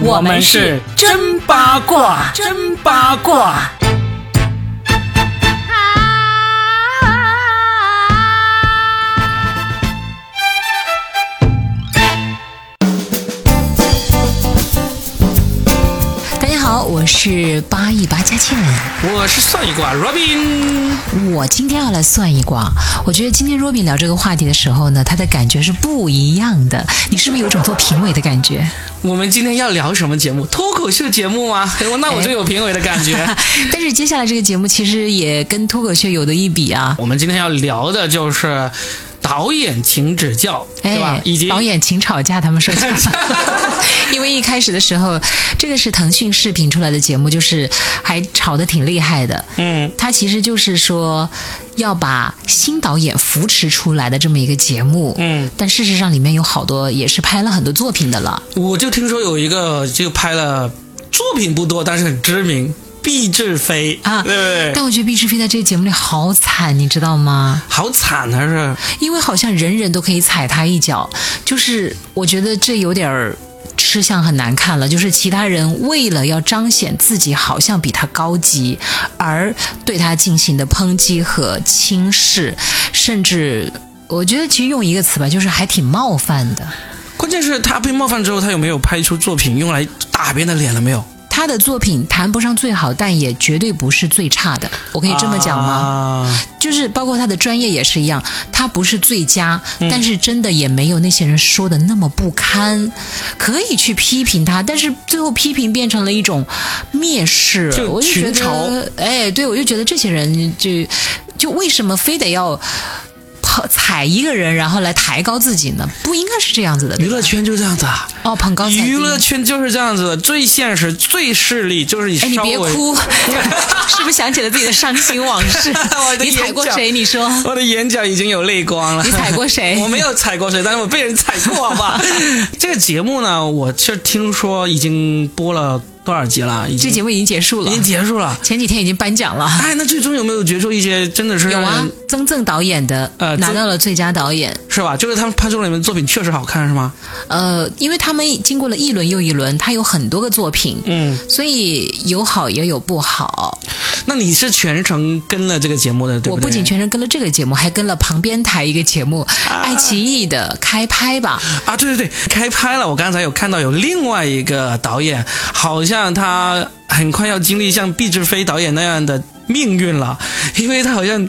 我们是真八卦，真八卦。大家好，我是八一八佳倩。我是算一卦 Robin，我今天要来算一卦，我觉得今天 Robin 聊这个话题的时候呢，他的感觉是不一样的。你是不是有种做评委的感觉？ 我们今天要聊什么节目？脱口秀节目吗？哎我那我就有评委的感觉。 但是接下来这个节目其实也跟脱口秀有的一比啊，我们今天要聊的就是导演请指教，对吧哎？，以及导演请吵架，他们说 因为一开始的时候，这个是腾讯视频出来的节目，就是还吵得挺厉害的。嗯，它其实就是说要把新导演扶持出来的这么一个节目。嗯，但事实上里面有好多也是拍了很多作品的了。我就听说有一个就拍了作品不多，但是很知名，毕志飞啊对不对？但我觉得毕志飞在这个节目里好惨，你知道吗？好惨还是因为好像人人都可以踩他一脚，就是我觉得这有点儿。吃相很难看了，就是其他人为了要彰显自己好像比他高级，而对他进行的抨击和轻视，甚至我觉得其实用一个词吧，就是还挺冒犯的。关键是他被冒犯之后，他有没有拍出作品用来打别人的脸了没有？他的作品谈不上最好，但也绝对不是最差的，我可以这么讲吗？啊、就是包括他的专业也是一样，他不是最佳，嗯但是真的也没有那些人说的那么不堪，可以去批评他，但是最后批评变成了一种蔑视，就我就觉群嘲得，哎，对我就觉得这些人就就为什么非得要捧踩一个人，然后来抬高自己呢？不应该是这样子的，娱对吧乐圈就这样子啊。哦，捧高踩低娱乐圈就是这样子的，最现实、最势利，就是你哎，你稍微。别哭， 是不是想起了自己的伤心往事 我？的你踩过眼角谁？你说。 我的眼角已经有泪光了。你踩过谁 我没有踩过谁，但是我被人踩过，好 吧？这个节目呢，我是听说已经播了多少集了？已这经节目已啊经结束了已，经结束了。前几天已经颁奖了。哎，那最终有没有决出一些真的是有让人、啊，曾正导演的、嗯呃拿曾到了最佳导演。是吧？就是他们拍出了你们的作品确实好看是吗？呃，因为他们经过了一轮又一轮，他有很多个作品，嗯，所以有好也有不好。那你是全程跟了这个节目的，对我对？不仅全程跟了这个节目，还跟了旁边台一个节目，爱奇艺的开拍吧。啊，对对对，开拍了。我刚才有看到有另外一个导演，好像他很快要经历像毕志飞导演那样的命运了，因为他好像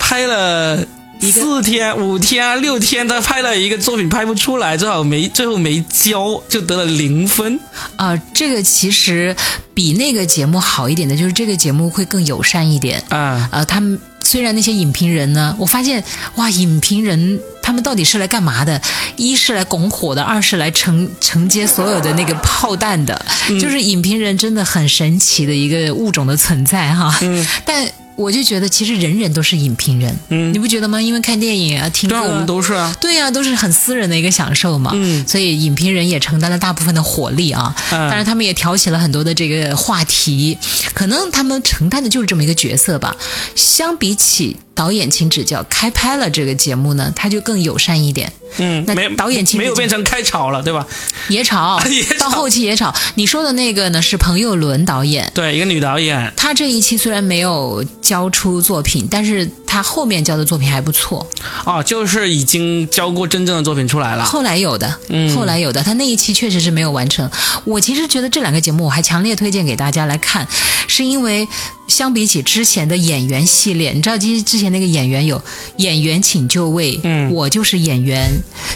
拍了。四天、五天、啊六天，他拍了一个作品拍不出来，最后没最后没交，就得了零分。啊、这个其实比那个节目好一点的，就是这个节目会更友善一点。啊，呃，他们虽然那些影评人呢，我发现哇，影评人他们到底是来干嘛的？一是来拱火的，二是来承承接所有的那个炮弹的，嗯就是影评人真的很神奇的一个物种的存在哈。嗯但我就觉得，其实人人都是影评人，嗯你不觉得吗？因为看电影啊，听歌对啊，啊，我们都是啊。对呀、都是很私人的一个享受嘛。嗯所以影评人也承担了大部分的火力啊。嗯当然，他们也挑起了很多的这个话题，可能他们承担的就是这么一个角色吧。相比起导演请指教开拍了这个节目呢，他就更友善一点。嗯，那没导演其实没有已经变成开吵了，对吧？野草 野草到后期野草，你说的那个呢是彭佑伦导演。对，一个女导演，他这一期虽然没有交出作品，但是他后面交的作品还不错。哦，就是已经交过真正的作品出来了。后来有的，啊嗯后来有的，他那一期确实是没有完成。我其实觉得这两个节目我还强烈推荐给大家来看，是因为相比起之前的演员系列，你知道，其实之前那个演员有《演员请就位》，嗯我就是演员，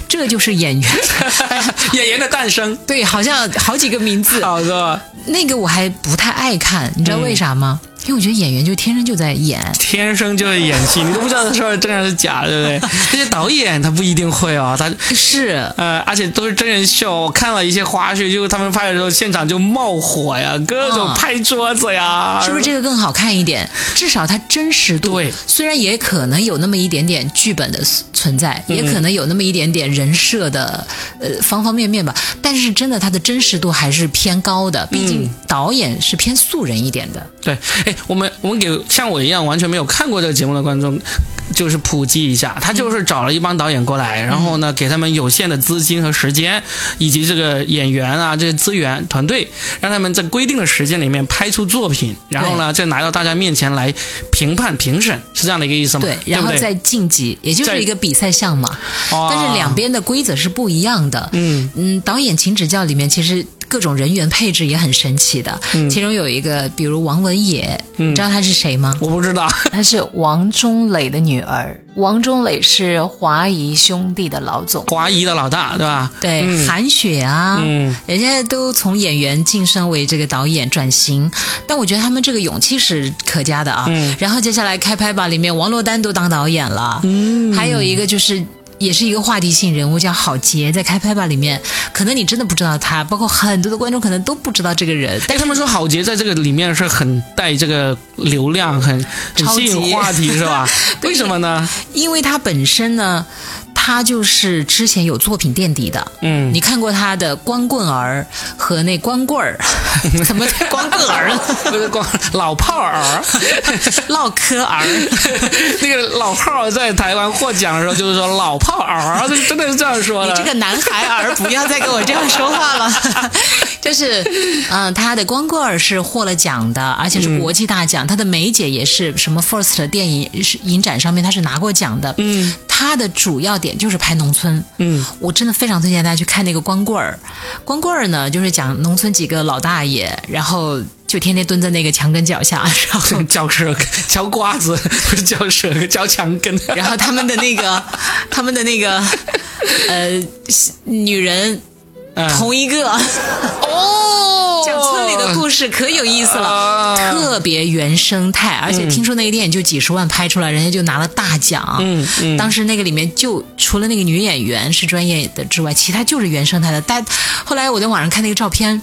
这就是演 员，演员的诞生，对，好像好几个名字。好嗯的，那个我还不太爱看，你知道为啥吗？因为我觉得演员就天生就在演。天生就是演戏，你都不知道他说的真还是假，对 不对？那些导演他不一定会哦，他是，呃，而且都是真人秀，我看了一些花絮，就是他们拍的时候现场就冒火呀，各种啊拍桌子呀，是不是这个更好看一点？至少它真实度，对虽然也可能有那么一点点剧本的存在，也嗯可能有那么一点点人设的呃方方面面吧，但是嗯真的它的真实度还是偏高的，毕竟导演是偏素人一点的。对，哎，我们我们给像我一样完全没有看过这个节目的观众，就是普及一下，他就是找了一帮导演过来，然后呢，给他们有限的资金和时间，以及这个演员啊这些资源团队，让他们在规定的时间里面拍出作品，然后呢，再拿到大家面前来评判评审，是这样的一个意思吗？对，然不后嗯对再晋级，也就在是一个比赛项嘛。哦但是两边的规则是不一样的。嗯嗯，导演请指教里面其实。各种人员配置也很神奇的，嗯其中有一个，比如王文野，你知道他是谁吗？我不知道， 她是王中磊的女儿。王中磊是华谊兄弟的老总，华谊的老大对吧？对，嗯韩雪啊，嗯人家都从演员晋升为这个导演转型，但我觉得他们这个勇气是可嘉的啊。嗯然后接下来开拍吧，里面王珞丹都当导演了，嗯，还有一个就是。也是一个话题性人物，叫郝杰，在开拍吧里面，可能你真的不知道他，包括很多的观众可能都不知道这个人，但但哎他是们说郝杰在这个里面是很带这个流量，很很吸超引级话题是 吧？对为什么呢？因为他本身呢，他就是之前有作品垫底的，嗯，你看过他的《光棍儿》和那《光棍儿》， 怎么 光棍儿了？不是光老炮 儿，唠嗑儿，那个老炮儿在台湾获奖的时候就是说老炮儿，这真的是这样说你的。这个男孩儿不要再跟我这样说 话了。就是，嗯、他的光棍儿是获了奖的，而且嗯是国际大奖。他的梅姐也是什么 First 的电影是影展上面，他是拿过奖的。嗯，他的主要点就是拍农村。嗯，我真的非常推荐大家去看那个光棍儿。光棍儿呢，就是讲农村几个老大爷，然后就天天蹲在那个墙根脚下，然后嚼舌根，嚼瓜子不是嚼舌根，嚼墙根。 然后他们的那个，他们的那个，呃，女人嗯同一个，哦讲村里的故事可有意思了，啊特别原生态，而且听说那个电影就几十万拍出来，人家就拿了大奖。嗯嗯当时那个里面就除了那个女演员是专业的之外，其他就是原生态的。但后来我在网上看那个照片。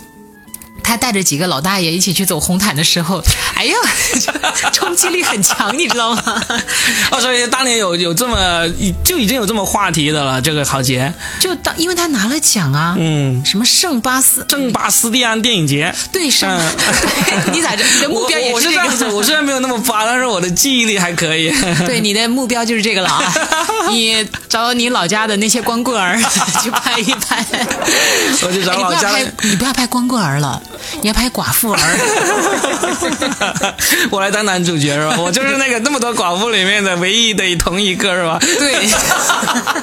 他带着几个老大爷一起去走红毯的时候，哎呀， 冲击力很强，你知道吗？ 哦，所以当年有有这么就已经有这么话题的了，这个郝杰，就当因为他拿了奖啊，嗯，什么圣巴斯，圣巴斯蒂安电影节。对圣，嗯 对，你咋这？你的目标也我我我这这样子，个，我虽然没有那么发，但是我的记忆力还可以。 对，你的目标就是这个了啊！你找你老家的那些光棍儿 去拍一拍，我去找哎你老不要家的拍，你不要拍光棍儿了，你要拍寡妇 儿。我来当男主角是吧？我就是那个那么多寡妇里面的唯一的同一个是吧？对，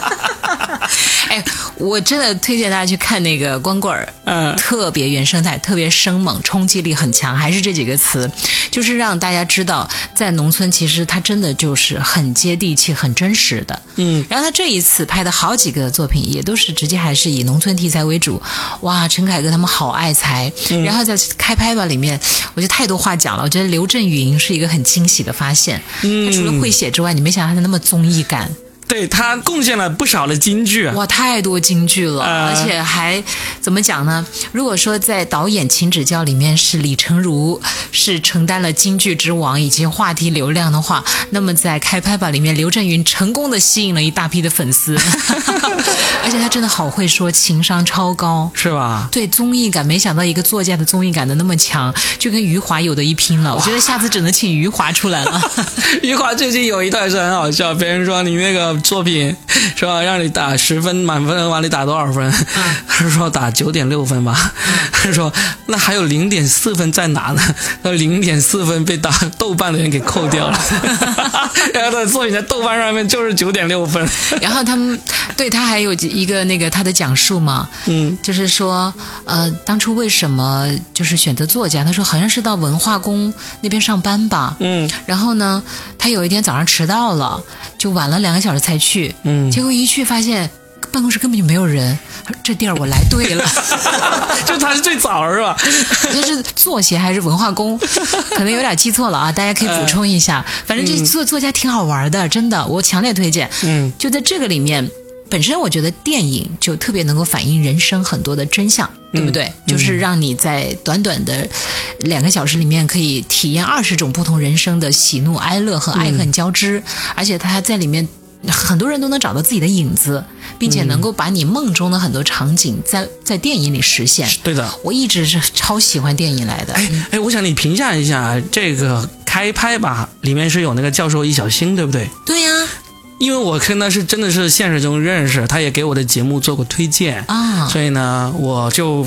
哎，我真的推荐大家去看那个光棍儿，嗯特别原生态，特别生猛，冲击力很强，还是这几个词，就是让大家知道，在农村其实它真的就是很接地气、很真实的。嗯，然后他这一次拍的好几个作品，也都是直接还是以农村题材为主。哇，陈凯歌他们好爱才。然后在开拍吧里面，我觉得太多话讲了。我觉得刘震云是一个很惊喜的发现，他除了会写之外，你没想到他那么综艺感。对他贡献了不少的金句 啊。哇，太多京剧了，呃而且还怎么讲呢？如果说在导演请指教里面是李成儒是承担了京剧之王以及话题流量的话，那么在开拍吧里面，刘震云成功的吸引了一大批的粉丝， 而且他真的好会说，情商超高。是吧？对综艺感，没想到一个作家的综艺感的那么强，就跟余华有的一拼了。我觉得下次只能请余华出来了。余华最近有一段是很好笑，别人说你那个作品是吧，让你打十分满分，完你打多少分？他说打九点六分吧。他说那还有零点四分在哪呢？那零点四分被打豆瓣的人给扣掉了，然后他的作品在豆瓣上面就是九点六分。然后他们对他还有一个那个他的讲述嘛，嗯，就是说，呃，当初为什么就是选择作家？他说好像是到文化宫那边上班吧，嗯，然后呢，他有一天早上迟到了，就晚了两个小时才去，嗯结果一去发现办公室根本就没有人，他说这地儿我来 对了。 就他是最早是吧？这是作协还是文化宫？可能有点记错了啊，大家可以哎补充一下。反正这作作家挺好玩的，真的，我强烈推荐。嗯，就在这个里面，本身我觉得电影就特别能够反映人生很多的真相。对不对？就是让你在短短的两个小时里面，可以体验二十种不同人生的喜怒哀乐和爱恨交织，而且它在里面很多人都能找到自己的影子，并且能够把你梦中的很多场景在在电影里实现。对的。哎我一直是超喜欢电影来的。哎哎，我想你评价一下这个开拍吧，里面是有那个教授易小星，对不对？对呀、因为我跟他是真的是现实中认识，他也给我的节目做过推荐，啊，所以呢，我就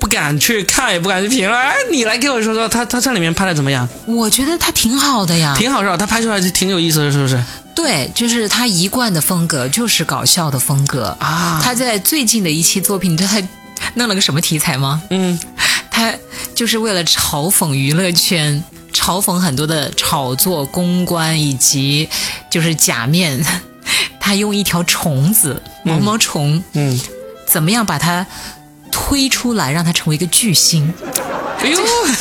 不敢去看，也不敢去评论。哎，你来给我说说，他他这里面拍的怎么样？我觉得他挺好的呀。挺好笑，他拍出来就挺有意思的，是不是？对，就是他一贯的风格，就是搞笑的风格。啊，他在最近的一期作品，你知道他弄了个什么题材吗？嗯，他就是为了嘲讽娱乐圈，嘲讽很多的炒作、公关以及就是假面。 他用一条虫子毛毛虫，嗯，怎么样把它推出来，让它成为一个巨星？哎呦，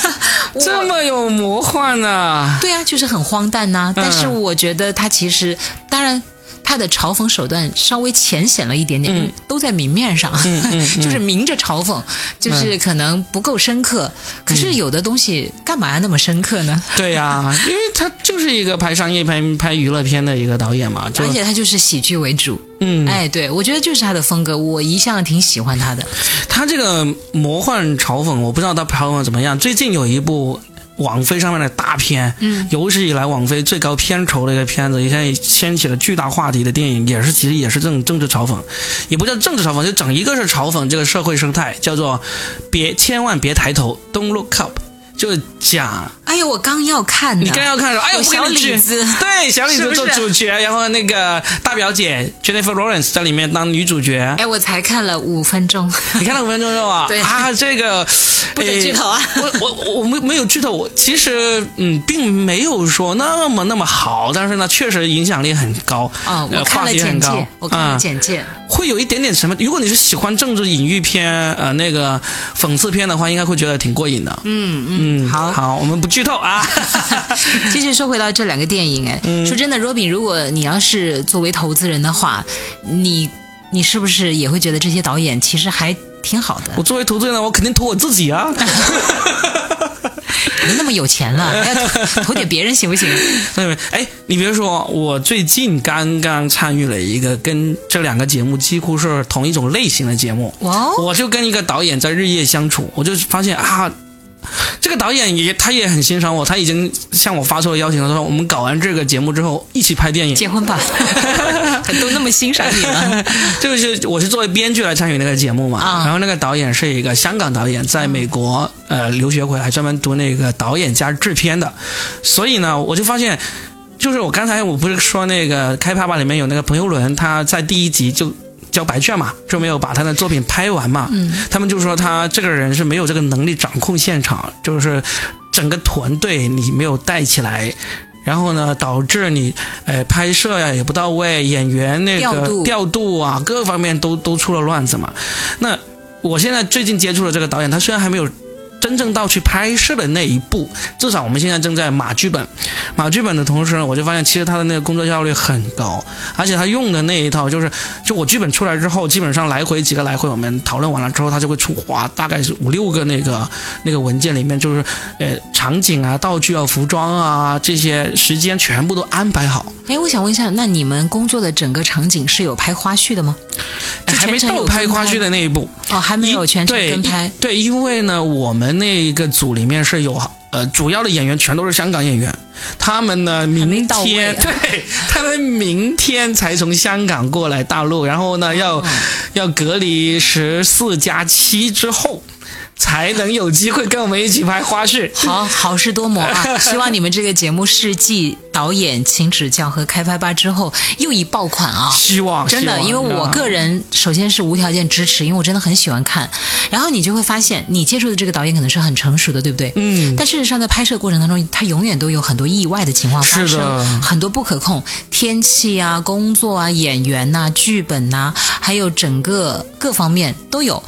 这么有魔幻呢、对啊，就是很荒诞嗯呐、但是我觉得他其实，当然他的嘲讽手段稍微浅显了一点点，嗯都在明面上， 就是明着嘲讽，就是可能不够深刻。嗯可是有的东西干嘛要那么深刻呢？对呀、因为他就是一个拍商业片、拍娱乐片的一个导演嘛，就而且他就是喜剧为主，嗯，哎，对我觉得就是他的风格，我一向挺喜 欢他的。他这个魔幻嘲讽，我不知道他嘲讽怎么样。最近有一部网飞上面的大片，嗯，有史以来网飞最高片酬的一个片子，现在掀起了巨大话题的电影，也是其实也是政政治嘲讽，也不叫政治嘲讽，就整一个是嘲讽这个社会生态，叫做别千万别抬头，Don't look up。就是讲，哎呦，我刚要看呢，你刚要看说，哎呦，有我小给你举李子， 对，小李是子不做是主角，然后那个大表姐 Jennifer Lawrence 在里面当女主角，哎，我才看了五分钟，你 看了五分钟之后啊，对啊，这个 不准剧透啊呃我我我没没有剧透，我其实嗯，并没有说那么那么好，但是呢，确实影响力很高啊、呃我看话了题简很高介，我看啊了简介，会有一点点什么。如果你是喜欢政治隐喻片，呃，那个讽刺片的话，应该会觉得挺过瘾的。嗯嗯，好。好，我们不剧透 啊。继续说回到这两个电影，哎，嗯说真的，若饼，如果你要是作为投资人的话，你你是不是也会觉得这些导演其实还挺好的我？作为投资人呢，我肯定投我自己 啊。你那么有钱了，要投投点别人行不行？对没？哎，你别 说，我最近刚刚参与了一个跟这两个节目几乎是同一种类型的节目。哇哦，我就跟一个导演在日夜相处，我就发现啊，这个导演也他也很欣赏我，他已经向我发出了邀请，他说我们搞完这个节目之后一起拍电影。结婚吧， 都那么欣赏你 了，就是我是作为编剧来参与那个节目嘛，啊然后那个导演是一个香港导演，在美国、呃留学回来，专门读那个导演加制片的，所以呢，我就发现。就是我刚才我不是说那个《开拍吧》里面有那个彭友伦，他在第一集就交白卷嘛，就没有把他的作品拍完嘛。嗯，他们就说他这个人是没有这个能力掌控现场，就是整个团队你没有带起来，然后呢，导致你呃拍摄呀也不到位，演员那个调度调度啊各方面都都出了乱子嘛。那我现在最近接触的这个导演，他虽然还没有真正到去拍摄的那一步，至少我们现在正在码剧本。码剧本的同时呢，我就发现其实他的那个工作效率很高，而且他用的那一套就是，就我剧本出来之后，基本上来回几个来回，我们讨论完了之后，他就会出哇，大概是五六个那个那个文件里面，就是呃场景啊、道具啊、服装啊这些时间全部都安排好。哎，我想问一下，那你们工作的整个场景是有拍花絮的吗？哎还没之前到有拍跟花絮的那一步，哦，还没有全程对跟拍。对，因为呢，我们那个组里面是有呃，主要的演员全都是香港演员，他们呢没明到位天、啊 对，他们明天才从香港过来大陆，然后呢要、哦要隔离十四加七之后，才能有机会跟我们一起拍花絮。好好事多磨 啊！希望你们这个节目是继导演请指教和开拍吧之后又一爆款啊！希望啊真的，因为我人。个人首先是无条件支持，因为我真的很喜欢看。然后你就会发现，你接触的这个导演可能是很成熟的，对不对？嗯但事实上，在拍摄过程当中，他永远都有很多意外的情况发是生的，很多不可控，天气啊、工作啊、演员呐、剧本呐、还有整个各方面都有。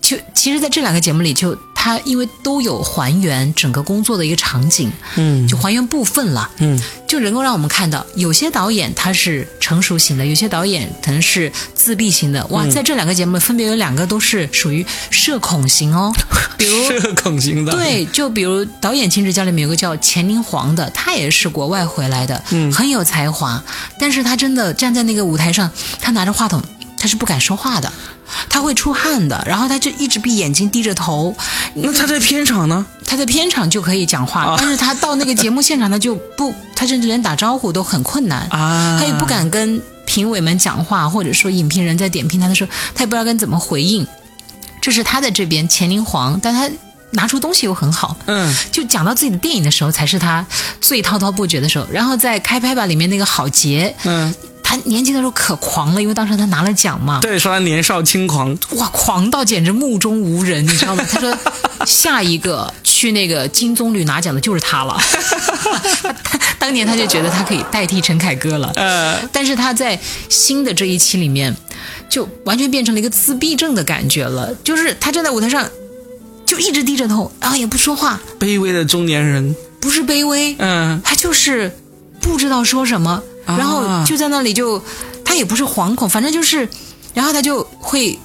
就其实，在这两个节目里就。他因为都有还原整个工作的一个场景，嗯就还原部分了，嗯，就能够让我们看到，有些导演他是成熟型的，有些导演可能是自闭型的。嗯哇，在这两个节目分别有两个都是属于社恐型哦，比如社恐 型的，对，就比如导演亲职教里面有个叫钱宁黄的，他也是国外回来的，嗯，很有才华，但是他真的站在那个舞台上，他拿着话筒，他是不敢说话的，他会出汗的，然后他就一直闭眼睛低着头。那他在片场呢？他在片场就可以讲话，啊但是他到那个节目现场，他就不，他甚至连打招呼都很困难，啊，他也不敢跟评委们讲话，或者说影评人在点评他的时候，他也不知道该怎么回应。这是他在这边乾陵皇，但他拿出东西又很好，嗯，就讲到自己的电影的时候，才是他最滔滔不绝的时候。然后在《开拍吧》里面那个郝杰，嗯，他年轻的时候可狂了，因为当时他拿了奖嘛，对，说他年少轻狂，哇，狂到简直目中无人，你知道吗？他说下一个去那个金棕榈拿奖的就是他了。 他当年他就觉得他可以代替陈凯歌了，呃，但是他在新的这一期里面，就完全变成了一个自闭症的感觉了，就是他站在舞台上。就一直低着头，然后也不说话，卑微的中年人，不是卑微，嗯，他就是不知道说什么，啊然后就在那里就，他也不是惶恐，反正就是，然后他就会。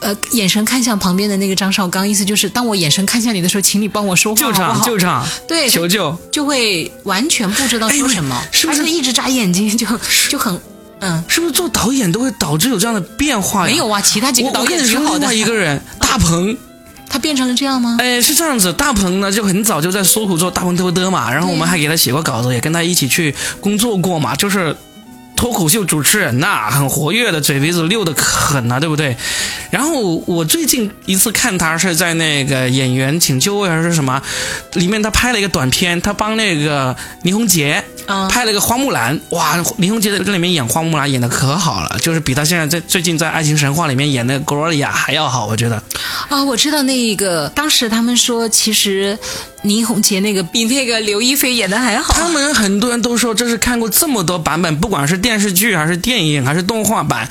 呃，眼神看向旁边的那个张绍刚，意思就是，当我眼神看向你的时候，请你帮我说话，救好不场好救场，对，求救，就会完全不知道说什么，哎是不是而且一直眨眼睛就，就很，嗯，是不是做导演都会导致有这样的变化呀？没有啊，其他几我个导我跟演你挺说好另的外，一个 人，大鹏，他变成了这样吗？哎，是这样子，大鹏呢就很早就在搜狐做大鹏嘚嘚嘛，然后我们还给他写过稿子，也跟他一起去工作过嘛，就是脱口秀主持人呐、很活跃的，嘴皮子溜的很呐、对不对？然后我最近一次看他是在那个《演员请就位》还是什么，里面他拍了一个短片，他帮那个倪虹洁啊、拍了个花木兰，哇，林宏杰在这里面演花木兰演的可好了，就是比他现在在最近在《爱情神话》里面演那个 Gloria 还要好，我觉得。啊！我知道那个，当时他们说，其实倪虹洁那个比那个刘亦菲演的还好。他们很多人都说这是看过这么多版本，不管是电视剧还是电影还是动画版，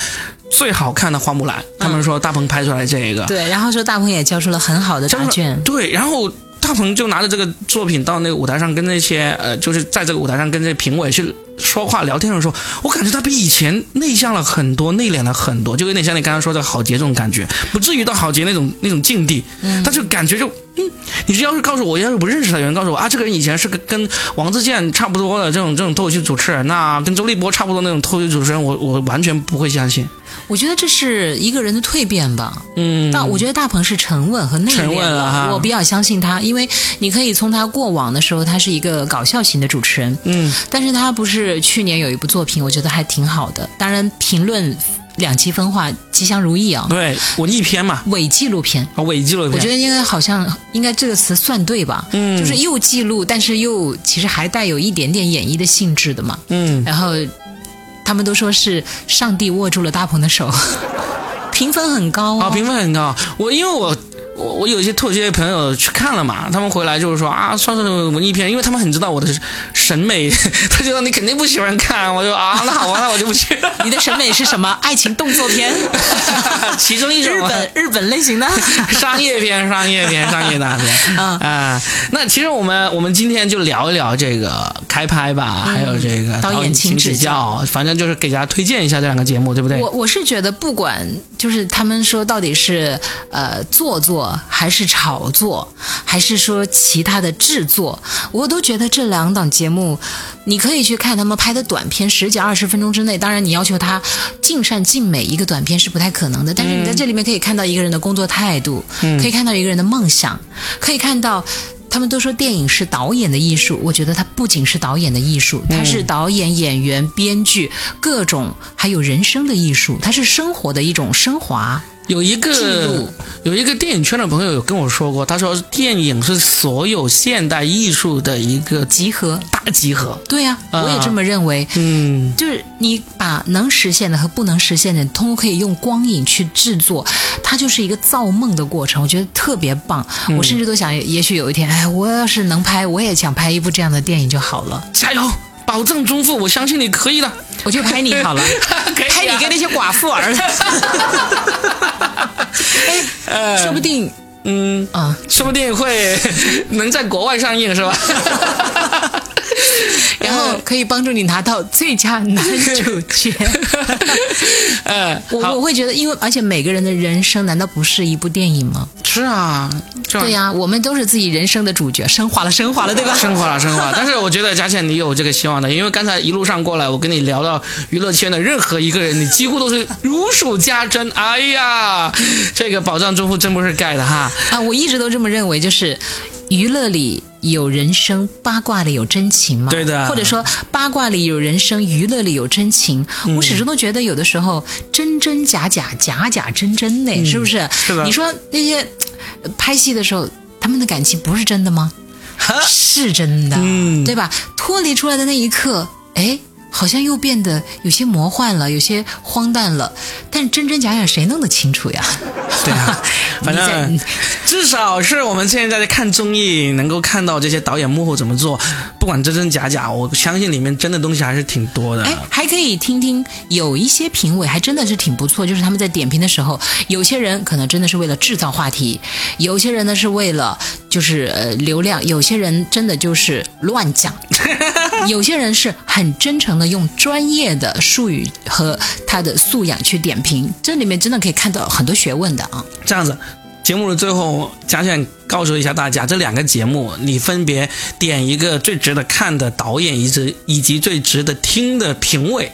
最好看的花木兰。他们说大鹏拍出来这个，对，然后说大鹏也交出了很好的真答的卷，对，然后大鹏就拿着这个作品到那个舞台上，跟那些呃，就是在这个舞台上跟这些评委去说话聊天的时候，我感觉他比以前内向了很多，内敛了很多，就有点像你刚刚说的郝杰这种感觉，不至于到郝杰那种那种境地，但就感觉就。嗯，你要是告诉我，要是不认识他，有人告诉我啊，这个人以前是个跟王自健差不多的这种这种脱口秀主持人呐、跟周立波差不多那种脱口秀主持人，我我完全不会相信。我觉得这是一个人的蜕变吧。嗯，但我觉得大鹏是沉稳和内敛的沉稳了哈我比较相信他，因为你可以从他过往的时候，他是一个搞笑型的主持人，嗯，但是他不是去年有一部作品，我觉得还挺好的。当然，评论两极分化，吉祥如意啊，对我逆偏嘛，伪纪录片。啊伪纪录我觉片，得应该好像应该这个词算对吧？嗯就是又记录，但是又其实还带有一点点演绎的性质的嘛。嗯。然后他们都说是上帝握住了大鹏的手， 评分很高哦啊，评分很高。我因为我我我有一些脱口秀的朋友去看了嘛，他们回来就是说啊，算是文艺片，因为他们很知道我的审美， 他觉得你肯定不喜欢看，我就啊，那好吧，那我就不 去了。你的审美是什么？爱情动作片， 其中一种啊日本日本类型的。商业片，商业片，商业大片 嗯啊、那其实我们我们今天就聊一聊这个开拍吧，还有这个嗯导演请请指教，反正就是给大家推荐一下这两个节目，对不对？我我是觉得，不管就是他们说到底是呃做作，还是炒作，还是说其他的制作，我都觉得这两档节目，你可以去看他们拍的短片，十几二十分钟之内。当然，你要求他尽善尽美一个短片是不太可能的，但是你嗯在这里面可以看到一个人的工作态度，可以看到一个人的梦想，可以看到。他们都说电影是导演的艺术，我觉得它不仅是导演的艺术，它是导演、演员、编剧各种，还有人生的艺术，它是生活的一种升华。有一记个录有一个电影圈的朋友有跟我说过，他说电影是所有现代艺术的一个集合，大集合。对呀、啊我也这么认为。嗯，就是你把能实现的和不能实现的，通过可以用光影去制作，它就是一个造梦的过程，我觉得特别棒。我甚至都想，也许有一天，哎，我要是能拍，我也想拍一部这样的电影就好了，加油，保证中富，我相信你可以的。我就拍你好 了，可以啊拍你跟那些寡妇 儿子，哎，说不定嗯，啊， 说不定会能在国外上映，是吧？然后可以帮助你拿到最佳男主角。 呃， 我好我会觉得，因为而且每个人的人生难道不是一部电影吗？是啊，就对呀、我们都是自己人生的主角，升华了，升华了，对吧？ 升华了，升 华了。但是我觉得佳倩，你有这个希望的，因为刚才一路上过来，我跟你聊到娱乐圈的任何一个人，你几乎都是如数家珍。哎呀，这个宝藏祝福真不是盖的哈。啊，我一直都这么认为，就是娱乐里有人生，八卦里有真情嘛。对的或者说八卦里有人生，娱乐里有真情。我始终都觉得有的时候真真假假，假假真真呢，是不嗯是？是的你说那些呃拍戏的时候，他们的感情不是真的吗？是真的，嗯对吧？脱离出来的那一刻，哎。好像又变得有些魔幻了，有些荒诞了，但真真假假谁弄得清楚呀？对 啊你反在正至少是我们现在在看综艺，能够看到这些导演幕后怎么做，不管真真假假，我相信里面真的东西还是挺多的。哎，还可以听听，有一些评委还真的是挺不错，就是他们在点评的时候，有些人可能真的是为了制造话题，有些人呢是为了就是呃流量，有些人真的就是乱讲，有些人是很真诚的用专业的术语和他的素养去点评，这里面真的可以看到很多学问的啊。这样子，节目的最后，佳倩告诉一下大家，这两个节目你分别点一个最值得看的导演，以及以及最值得听的评委，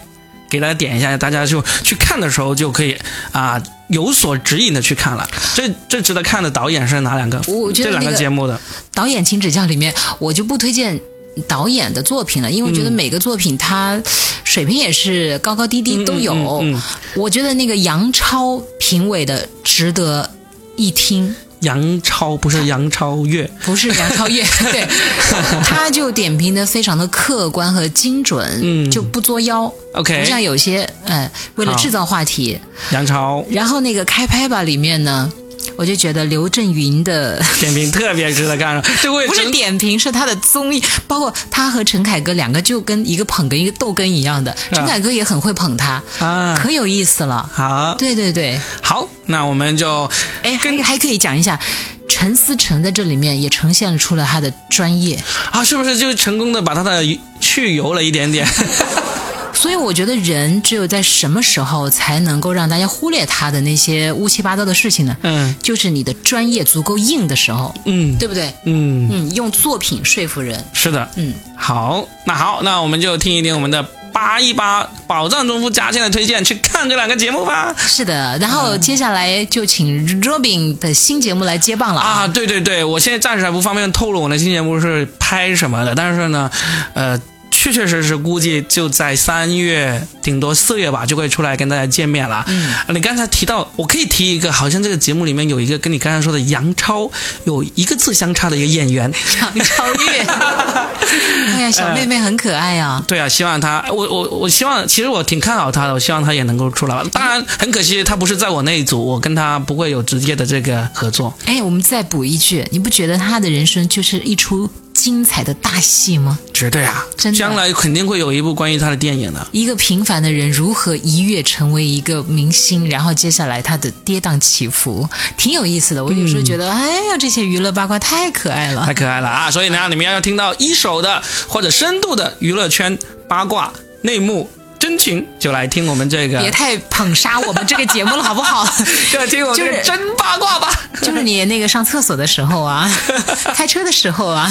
给大家点一下，大家就去看的时候就可以啊、有所指引的去看了。最最值得看的导演是哪两个？我觉这得两那个个节目的，导演请指教里面，我就不推荐导演的作品了，因为我觉得每个作品它水平也是高高低低都有。嗯嗯嗯我觉得那个杨超评委的值得一听，杨超不是杨超越，不是杨超 越，对，他就点评的非常的客观和精准，嗯就不作妖。 OK 不像有些呃，为了好制造话题，杨超然后那个开拍吧里面呢，我就觉得刘震云的。点评特别值得看， 这位不是真点评，是他的综艺，包括他和陈凯歌两个就跟一个捧哏一个逗哏一样的，陈凯歌也很会捧他，啊，可有意思了。好对对对，好，那我们就哎，还还可以讲一下，陈思诚在这里面也呈现出了他的专业，啊，是不是就成功的把他的去油了一点 点？所以我觉得人只有在什么时候才能够让大家忽略他的那些乌七八糟的事情呢？嗯就是你的专业足够硬的时候，嗯对不对？嗯，嗯，用作品说服人。是的，嗯，好，那好，那我们就听一听我们的八一八宝藏中夫佳倩的推荐，去看这两个节目吧。是的，然嗯后接下来就请 Robin 的新节目来接棒了啊，对对对，我现在暂时还不方便透露我的新节目是拍什么的，但是呢，呃。确确实实，估计就在三月，顶多四月吧，就会出来跟大家见面了。嗯，你刚才提到，我可以提一个，好像这个节目里面有一个跟你刚才说的杨超有一个字相差的一个演员，杨超越。哎呀，小妹妹很可爱啊！对啊，希望他，我我我希望，其实我挺看好他的，我希望他也能够出来吧。当然，很可惜他不是在我那一组，我跟他不会有直接的这个合作。哎，我们再补一句，你不觉得她的人生就是一出精彩的大戏吗？绝对啊，真的将来肯定会有一部关于他的电影的。一个平凡的人如何一跃成为一个明星，然后接下来她的跌宕起伏，挺有意思的。我有时候觉得，哎呀，这些娱乐八卦太可爱了太。可爱了嗯啊！所以呢，你们要听到一手的或者深度的娱乐圈八卦内幕真情，就来听我们这别个， 太捧杀我们这个节目了，好不好？就来听我们这就个是真八卦 吧。就是你那个上厕所的时候啊，开车的时候啊，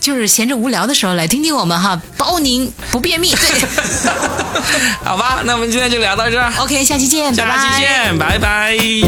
就是闲着无聊的时候来听听我们哈，包您不便秘。对好吧，那我们今天就聊到这儿， ，OK，下期见，拜下拜期见，拜拜